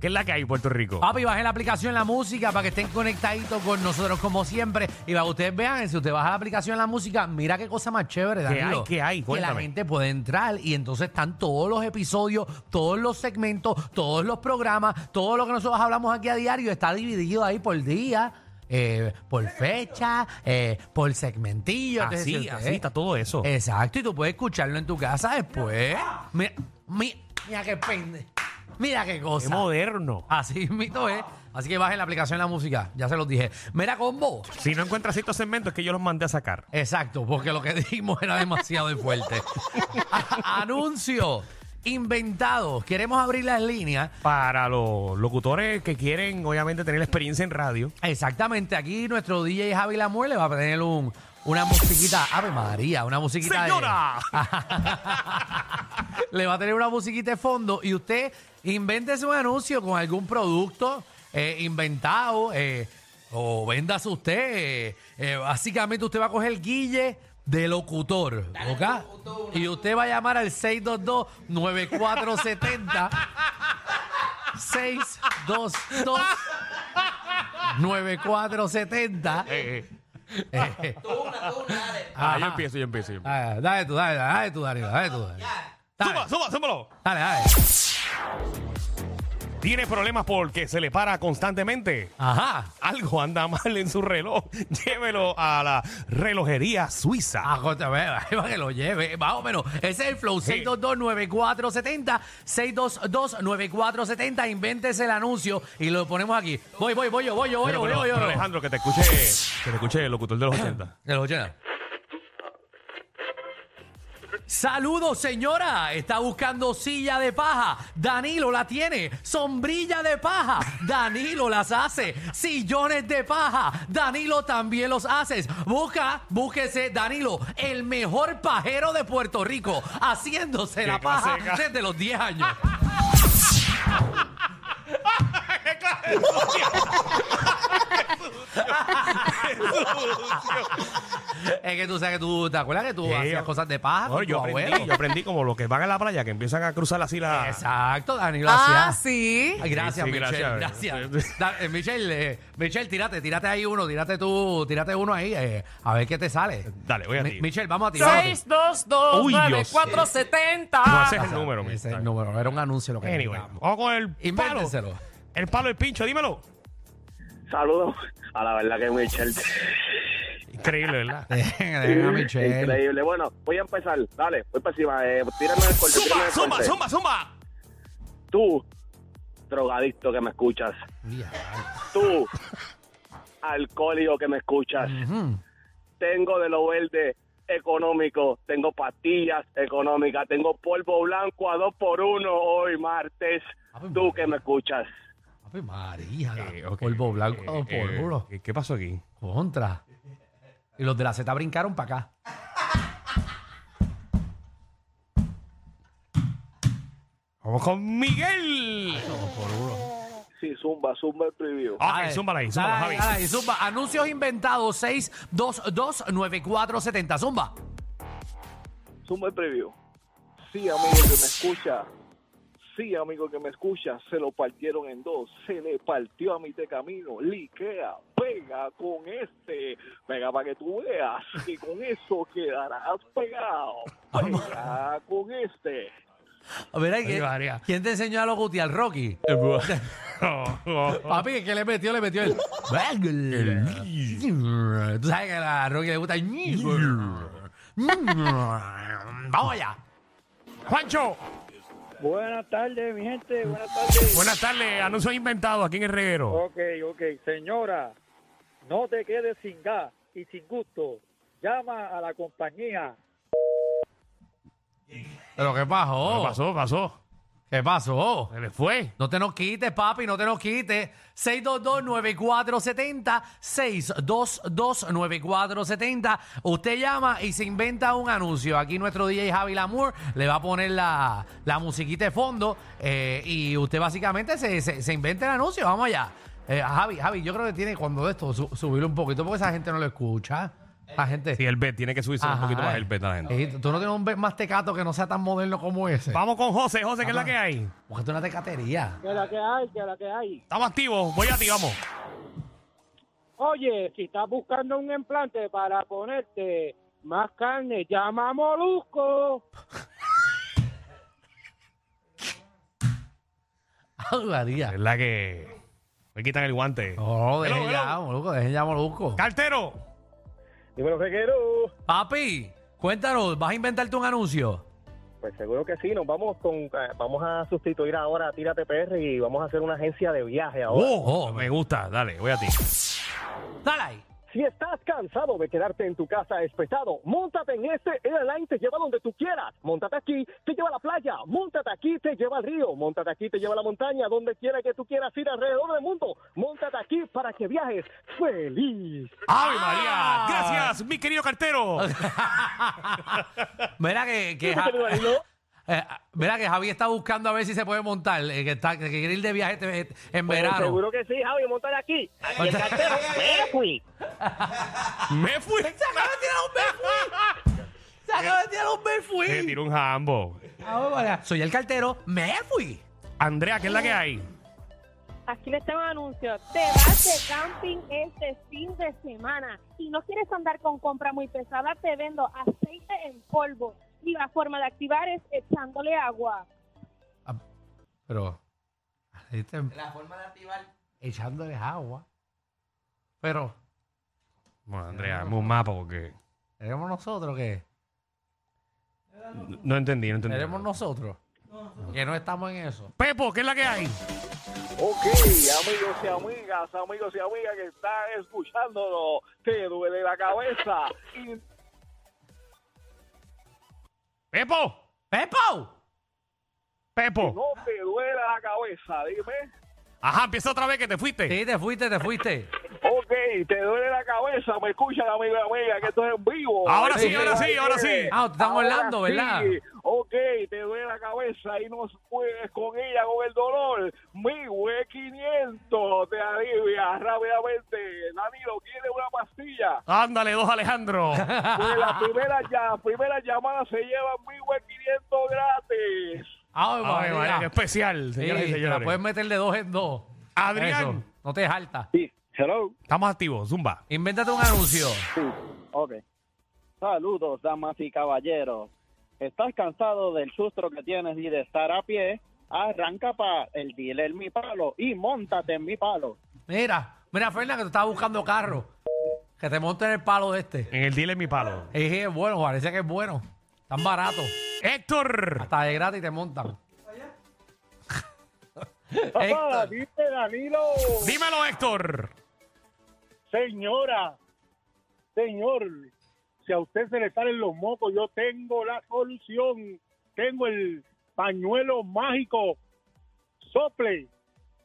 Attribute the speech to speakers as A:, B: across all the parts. A: ¿Qué es la que hay en Puerto Rico?
B: Papi, bajen la aplicación La Música para que estén conectaditos con nosotros como siempre. Y para que ustedes vean, si usted baja la aplicación La Música, mira qué cosa más chévere,
A: ¿Qué
B: Danilo.
A: hay? ¿Qué hay?
B: Que la
A: Cuéntame.
B: gente puede entrar y entonces están todos los episodios, todos los segmentos, todos los programas, todo lo que nosotros hablamos aquí a diario está dividido ahí por día, eh, por fecha, eh, por segmentillo. Entonces, si
A: así,
B: usted-
A: así está todo eso.
B: Exacto, y tú puedes escucharlo en tu casa después. Mira, mira, mira qué pende. Mira qué
A: Qué
B: cosa.
A: moderno.
B: Así mito es. Así que bajen la aplicación de la música. Ya se los dije. Mira, combo.
A: Si no encuentras estos segmentos, es que yo los mandé a sacar.
B: Exacto, porque lo que dijimos era demasiado fuerte. Anuncio. Inventado. Queremos abrir las líneas.
A: Para los locutores que quieren, obviamente, tener experiencia en radio.
B: Exactamente. Aquí nuestro DJ Javi Lamuele va a tener un, una musiquita. Ave María, una musiquita. de-
A: ¡Señora!
B: le va a tener una musiquita de fondo y usted invéntese un anuncio con algún producto eh, inventado eh, o véndase usted. eh, eh, básicamente usted va a coger el guille de locutor, ¿ok? Y usted va a llamar al 622-9470. 622 9470
A: Eh, eh.
B: Eh,
A: Ah, yo empiezo, yo empiezo. yo empiezo.
B: ah, Dale tú, dale, dale tú, Danilo, dale tú. Dale,
A: ¡Suba, suba, súbalo!
B: dale. dale.
A: ¿Tiene problemas porque se le para constantemente?
B: Ajá.
A: Algo anda mal en su reloj. Llévelo a la relojería suiza.
B: Ah, contra- ve- ve- para que lo lleve, más o menos. Ese es el flow, 622-9470, 622-9470, invéntese el anuncio y lo ponemos aquí. Voy, voy, voy yo, voy yo, voy yo,
A: Pero,
B: voy
A: pero,
B: yo, voy yo.
A: pero, Alejandro, que te escuche, que te escuche el locutor de los 80.
B: De los 80. Saludos, señora. Está buscando silla de paja. Danilo la tiene. Sombrilla de paja. Danilo las hace. Sillones de paja. Danilo también los haces. Busca, búsquese, Danilo, el mejor pajero de Puerto Rico, haciéndose la paja
A: clase de ca-
B: desde los 10 años. es que tú sabes que tú te acuerdas que tú
A: Sí,
B: hacías
A: yo-
B: cosas de paja
A: No,
B: con tu
A: yo aprendí,
B: abuelo.
A: yo aprendí como los que van a la playa, que empiezan a cruzar así la...
B: Exacto, Danilo
C: Ah,
B: hacía.
C: sí.
B: Ay, Gracias,
A: Sí, sí,
B: Michelle.
A: gracias.
B: Gracias. Da- eh, Michelle, eh, Michelle, tírate, tírate ahí uno, tírate tú, tírate uno ahí, eh, a ver qué te sale.
A: Dale, voy a
B: Mi-
A: ti.
B: Michelle, vamos a tirar.
C: Seis, dos, dos,
A: Uy,
C: nueve,
A: Dios.
C: cuatro,
A: No,
C: setenta.
A: ese es el número,
B: Ese es
A: Michelle.
B: el número, era un anuncio lo que
A: Anyway,
B: necesitábamos.
A: vamos con el palo.
B: Invéntenselo.
A: El palo, el pincho, dímelo.
D: Saludos. A la verdad que Michelle.
A: Increíble, ¿verdad?
B: Dejen a Michelle.
D: Increíble. Bueno, voy a empezar. Dale, voy para encima. Eh, tírame el corte. tírame
A: ¡Zumba,
D: el
A: zumba,
D: corte.
A: zumba, zumba!
D: Tú, drogadicto que me escuchas.
B: Ya.
D: Tú, alcohólico que me escuchas. Tengo de lo verde económico. Tengo pastillas económicas. Tengo polvo blanco a dos por uno hoy martes. Tú que me escuchas.
B: Ave María,
A: Eh, ok.
B: polvo blanco,
A: Eh, eh,
B: por uno.
A: ¿qué- ¿Qué pasó aquí?
B: Contra. Y los de la Z brincaron para acá.
A: Vamos con Miguel.
D: Sí, zumba, zumba el preview.
A: Ah,
B: Dale,
A: zúmbala ahí, zúmbala,
B: dale,
A: Javi.
B: dale, zumba. Anuncios inventados 6229470. Zumba.
D: Zumba el preview. Sí, amigo que me escucha. Sí, amigo que me escucha. Se lo partieron en dos. Se le partió a mi de camino. Liquea. Pega con este. Pega para que tú veas. Y con eso quedarás pegado. Pega con este.
B: A ver, ahí, ¿quién,
A: María.
B: ¿quién te enseñó a lo gutear, Rocky?
A: No, no.
B: Papi, que le metió, le metió el. Tú sabes que a la Rocky le gusta. Vamos allá.
A: Juancho,
E: Buenas tardes, mi gente. Buenas tardes.
A: buenas tardes. Anuncio inventado aquí en el reguero.
E: Ok, ok. Señora, no te quedes sin gas y sin gusto. Llama a la compañía.
B: ¿Pero qué pasó?
A: Pero Pasó, pasó.
B: ¿Qué pasó?
A: Se le fue.
B: No te nos quites, papi, no te nos quites. 622-9470, 622-9470. Usted llama y se inventa un anuncio. Aquí nuestro DJ Javi Lamour le va a poner la, la musiquita de fondo eh, y usted básicamente se, se- se inventa el anuncio. Vamos allá. Eh, Javi, Javi, yo creo que tiene cuando de esto su- subirlo un poquito porque esa gente no lo escucha. La gente...
C: Eh, Sí, el bet tiene que subirse un
B: Ajá.
C: poquito más el bet a la gente.
B: Sí, tú no tienes un bet más tecato que no sea tan moderno como ese.
A: Eh, Vamos con José, José, ¿qué es la que hay?
B: Porque tú una tecatería.
E: Que la que hay, que la que hay.
A: Estamos activos, voy a ti, vamos.
E: Oye, si estás buscando un implante para ponerte más carne, llama a Molusco.
B: Ay, María.
A: Es la que. Me quitan el guante.
B: No, dejen
A: Hello,
B: ya,
A: hello.
B: Moluco, dejen ya, Moluco.
A: ¡Cartero!
D: Dímelo, reguero.
B: Papi, cuéntanos, ¿vas a inventarte un anuncio?
D: Pues seguro que sí, nos vamos con, eh, vamos a sustituir ahora a Tírate PR y vamos a hacer una agencia de viaje ahora.
A: Oh, oh, me gusta, dale, voy a ti.
B: Dale ahí.
D: Si estás cansado de quedarte en tu casa espetado, montate en este airline, te lleva donde tú quieras. Montate aquí, te lleva a la playa. Montate aquí, te lleva al río. Montate aquí, te lleva a la montaña, donde quiera que tú quieras ir alrededor del mundo. Montate aquí para que viajes feliz.
A: ¡Ave
B: Ah.
A: María! Gracias, mi querido cartero.
B: Mira que, que
D: ¿Viste,
B: Ja-
D: querido Danilo?
B: eh, mira que Javi está buscando a ver si se puede montar, eh, que, está, que quiere ir de viaje este- este- en
D: Pues
B: verano.
D: seguro que sí, Javi, montate aquí. Y el cartero, "Mira, pues. fui".
A: ¡Me fui! ¡Se acaba de tirar un
B: Se acaba de tirar un me fui.
A: Se tiró un jambo.
B: Ah, vaya. Soy el cartero, me fui.
A: Andrea, ¿qué es la que hay?
F: Aquí les tengo un anuncio. Te vas de camping este fin de semana y no quieres andar con compra muy pesada, te vendo aceite en polvo. Y la forma de activar es echándole agua.
B: Pero. ahí te- Echándoles agua. Pero,
A: Bueno, Andrea, hazme un mapa porque.
B: ¿tenemos nosotros qué?
A: No entendí, no entendí.
B: ¿Tenemos nosotros? Que no estamos en eso.
A: Pepo, ¿qué es la que hay?
D: Ok, amigos y amigas, amigos y amigas que están escuchándolo, te duele la cabeza y
A: ¡Pepo!
B: ¡Pepo!
A: ¡Pepo!
D: no te duele la cabeza, dime.
A: Ajá, empieza otra vez que te fuiste.
B: Sí, te fuiste, te fuiste.
D: Ok, te duele la cabeza, me escuchan, amigo y amiga, que esto es en vivo.
A: Ahora
B: sí, ahora
A: sí, ahora sí.
B: Ah, te están hablando,
D: sí.
B: ¿verdad?
D: Ok, te duele la cabeza y no puedes con ella, con el dolor. Mi we 500 te alivia rápidamente. Danilo, ¿quiere una pastilla?
A: Ándale, dos Alejandro.
B: Ah,
D: Pues las primeras, ya, primeras llamadas se llevan mi we 500 gratis.
B: ¡Ay,
A: Ay, María, qué especial,
B: Sí,
A: señoras y
B: te la
A: señores.
B: puedes meter de dos en dos.
A: Adrián.
B: Eso, no te jalta.
D: Sí, hello.
A: Estamos activos, Zumba.
B: Invéntate un anuncio.
G: Sí, ok. Saludos, damas y caballeros. ¿Estás cansado del sustro que tienes y de estar a pie? Arranca para el dealer Mi Palo y montate en Mi Palo.
B: Mira, mira, Fernan, que tú estabas buscando carro. Que te monten el palo de este.
A: En el dile mi palo.
B: Es que es bueno, parece que es bueno. Tan barato.
A: Héctor.
B: Hasta de gratis te montan.
G: Papá,
B: Héctor,
G: dice Danilo,
A: Dímelo, Héctor.
G: señora, señor, si a usted se le salen los mocos, yo tengo la solución. Tengo el pañuelo mágico. Sople,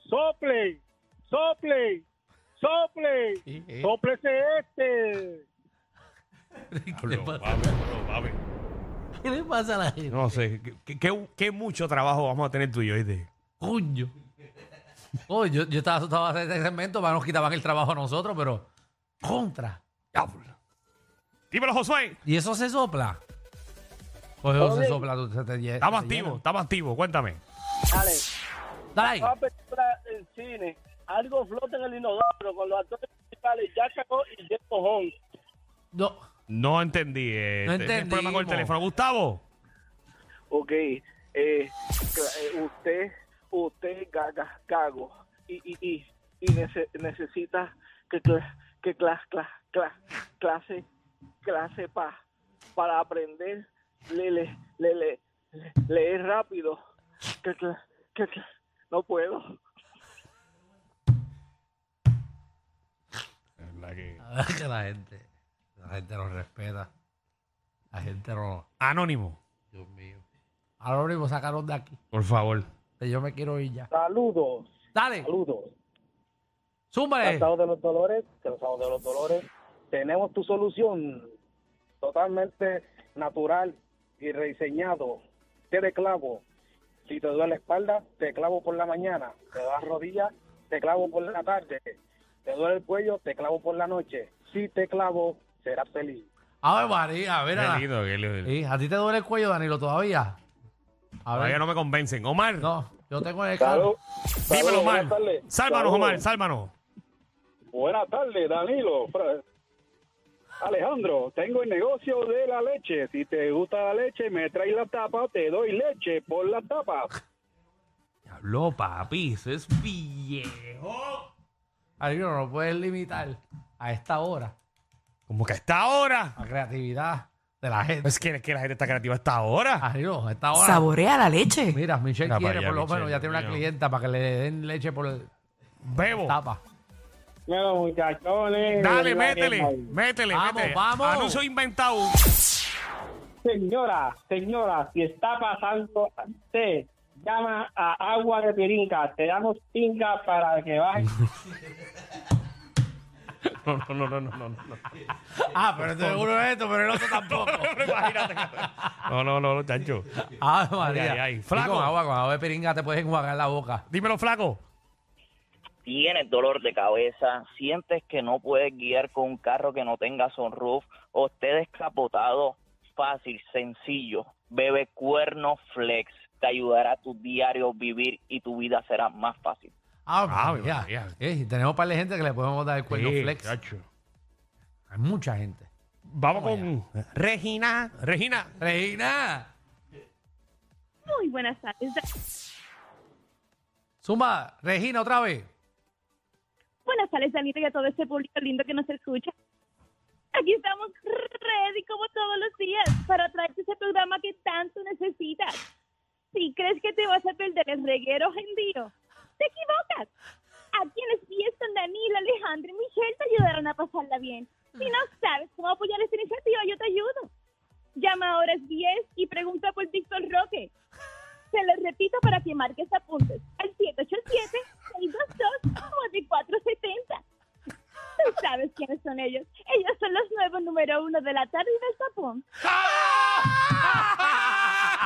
G: sople, sople, sople,
B: Sí, sí.
G: soplese este.
B: ¿qué le pasa a la gente?
A: No sé, qué, qué- qué mucho trabajo vamos a tener tú y yo, ¿oíste?
B: Coño. Oh, yo, yo estaba asustado hace este segmento, para nos quitaban el trabajo a nosotros, pero contra.
A: Diablo. Dímelo, Josué.
B: ¿Y eso se sopla? Pues eso se sopla, tú- se te lle-
A: Estamos
B: se te
A: activos,
B: llena.
A: estamos activos, cuéntame.
G: Dale,
B: Dale ahí.
G: vamos a película en cine. Algo flota en el inodoro con los actores principales Jacobo y Jeff Holmes.
B: No.
A: No entendí. eh,
B: No
A: tenés problema con el
B: entendimos.
A: teléfono. Gustavo.
D: Ok, eh, cla- eh, usted, usted gaga, cago y, y, y, y nece- necesita que, cla- que cla- cla- cla- clase, clase pa, para aprender le, le, le, le- le- leer rápido. Que, cla- que cla- no puedo.
B: que la gente, la gente no respeta. La gente no.
A: Anónimo.
B: Dios mío. Ahora mismo sacaron de aquí.
A: Por favor.
B: Que yo me quiero ir ya.
G: Saludos,
B: Dale,
G: saludos.
B: zúmbale.
G: Cansados de los dolores, cansados de los dolores. Tenemos tu solución totalmente natural y rediseñado. Té de clavo. Si te duele la espalda, te clavo por la mañana. Te das rodillas, te clavo por la tarde. Te duele el cuello, te clavo por la noche. Si te clavo, serás feliz.
B: A ver, María, a ver.
A: Qué
B: Ana.
A: lindo, qué lindo.
B: Sí, ¿A ti te duele el cuello, Danilo, todavía? A
A: Todavía
B: ver,
A: no me convencen. Omar,
B: no, yo tengo el
D: Salud.
A: dímelo,
D: Saludos,
A: Omar.
D: buenas tardes.
A: Sálvanos,
D: Saludos.
A: Omar, sálvanos.
D: Buenas tardes, Danilo. Fra- Alejandro, tengo el negocio de la leche. Si te gusta la leche, me traes la tapa, te doy leche por la tapa.
A: Habló, papi, eso es viejo.
B: Ay, no, no puedes limitar a esta hora
A: Como que hasta ahora.
B: la creatividad de la gente.
A: Es que, es que la gente está creativa hasta ahora.
B: Arriba, a esta hora.
C: Saborea la leche.
B: Mira, Michelle
A: Mira para
B: quiere
A: allá,
B: por lo
A: Michelle,
B: menos, ya tiene una
A: mío.
B: clienta para que le den leche por el
A: Bebo.
B: tapa.
E: Bueno, muchachones.
A: Dale,
E: Yo haré
A: métele,
E: mal.
A: métele,
B: Vamos,
A: métele.
B: vamos.
A: Anuncio inventado.
E: Señora, señora, si está pasando usted, llama a Agua de Pirinca. Te damos pinga para que baje.
A: No, no, no, no, no, no. no.
B: Ah, pero este uno es esto, pero el otro tampoco.
A: Imagínate. No, no, no, no, chancho.
B: ah, María.
A: Ay, ay, ay.
B: Y
A: Flaco.
B: Con agua, con agua de piringa te puedes enjuagar la boca.
A: Dímelo, flaco.
H: tienes dolor de cabeza, sientes que no puedes guiar con un carro que no tenga sunroof o esté descapotado, fácil, sencillo, bebe cuerno flex, te ayudará a tu diario vivir y tu vida será más fácil.
B: Ah,
A: Ah,
B: María.
A: María.
B: Eh, tenemos para la gente que le podemos dar el cuello
A: Sí,
B: Pues flex.
A: chacho.
B: Hay mucha gente.
A: Vamos con Regina. Regina.
B: Reina,
F: Muy buenas tardes.
B: suma, Regina otra vez.
F: Buenas tardes, Danita, y a todo ese público lindo que nos escucha. Aquí estamos ready como todos los días para traerte ese programa que tanto necesitas. Si crees que te vas a perder el reguero gendío, te equivocas. Aquí en las fiestas, Danilo, Alejandro y Michelle te ayudaron a pasarla bien. Si no sabes cómo apoyar esta iniciativa, yo te ayudo. Llama ahora es 10 y pregunta por Víctor Roque. Se lo repito para que marques apuntes al 787-622-9470. Tú sabes quiénes son ellos. Ellos son los nuevos número uno de la tarde del tapón.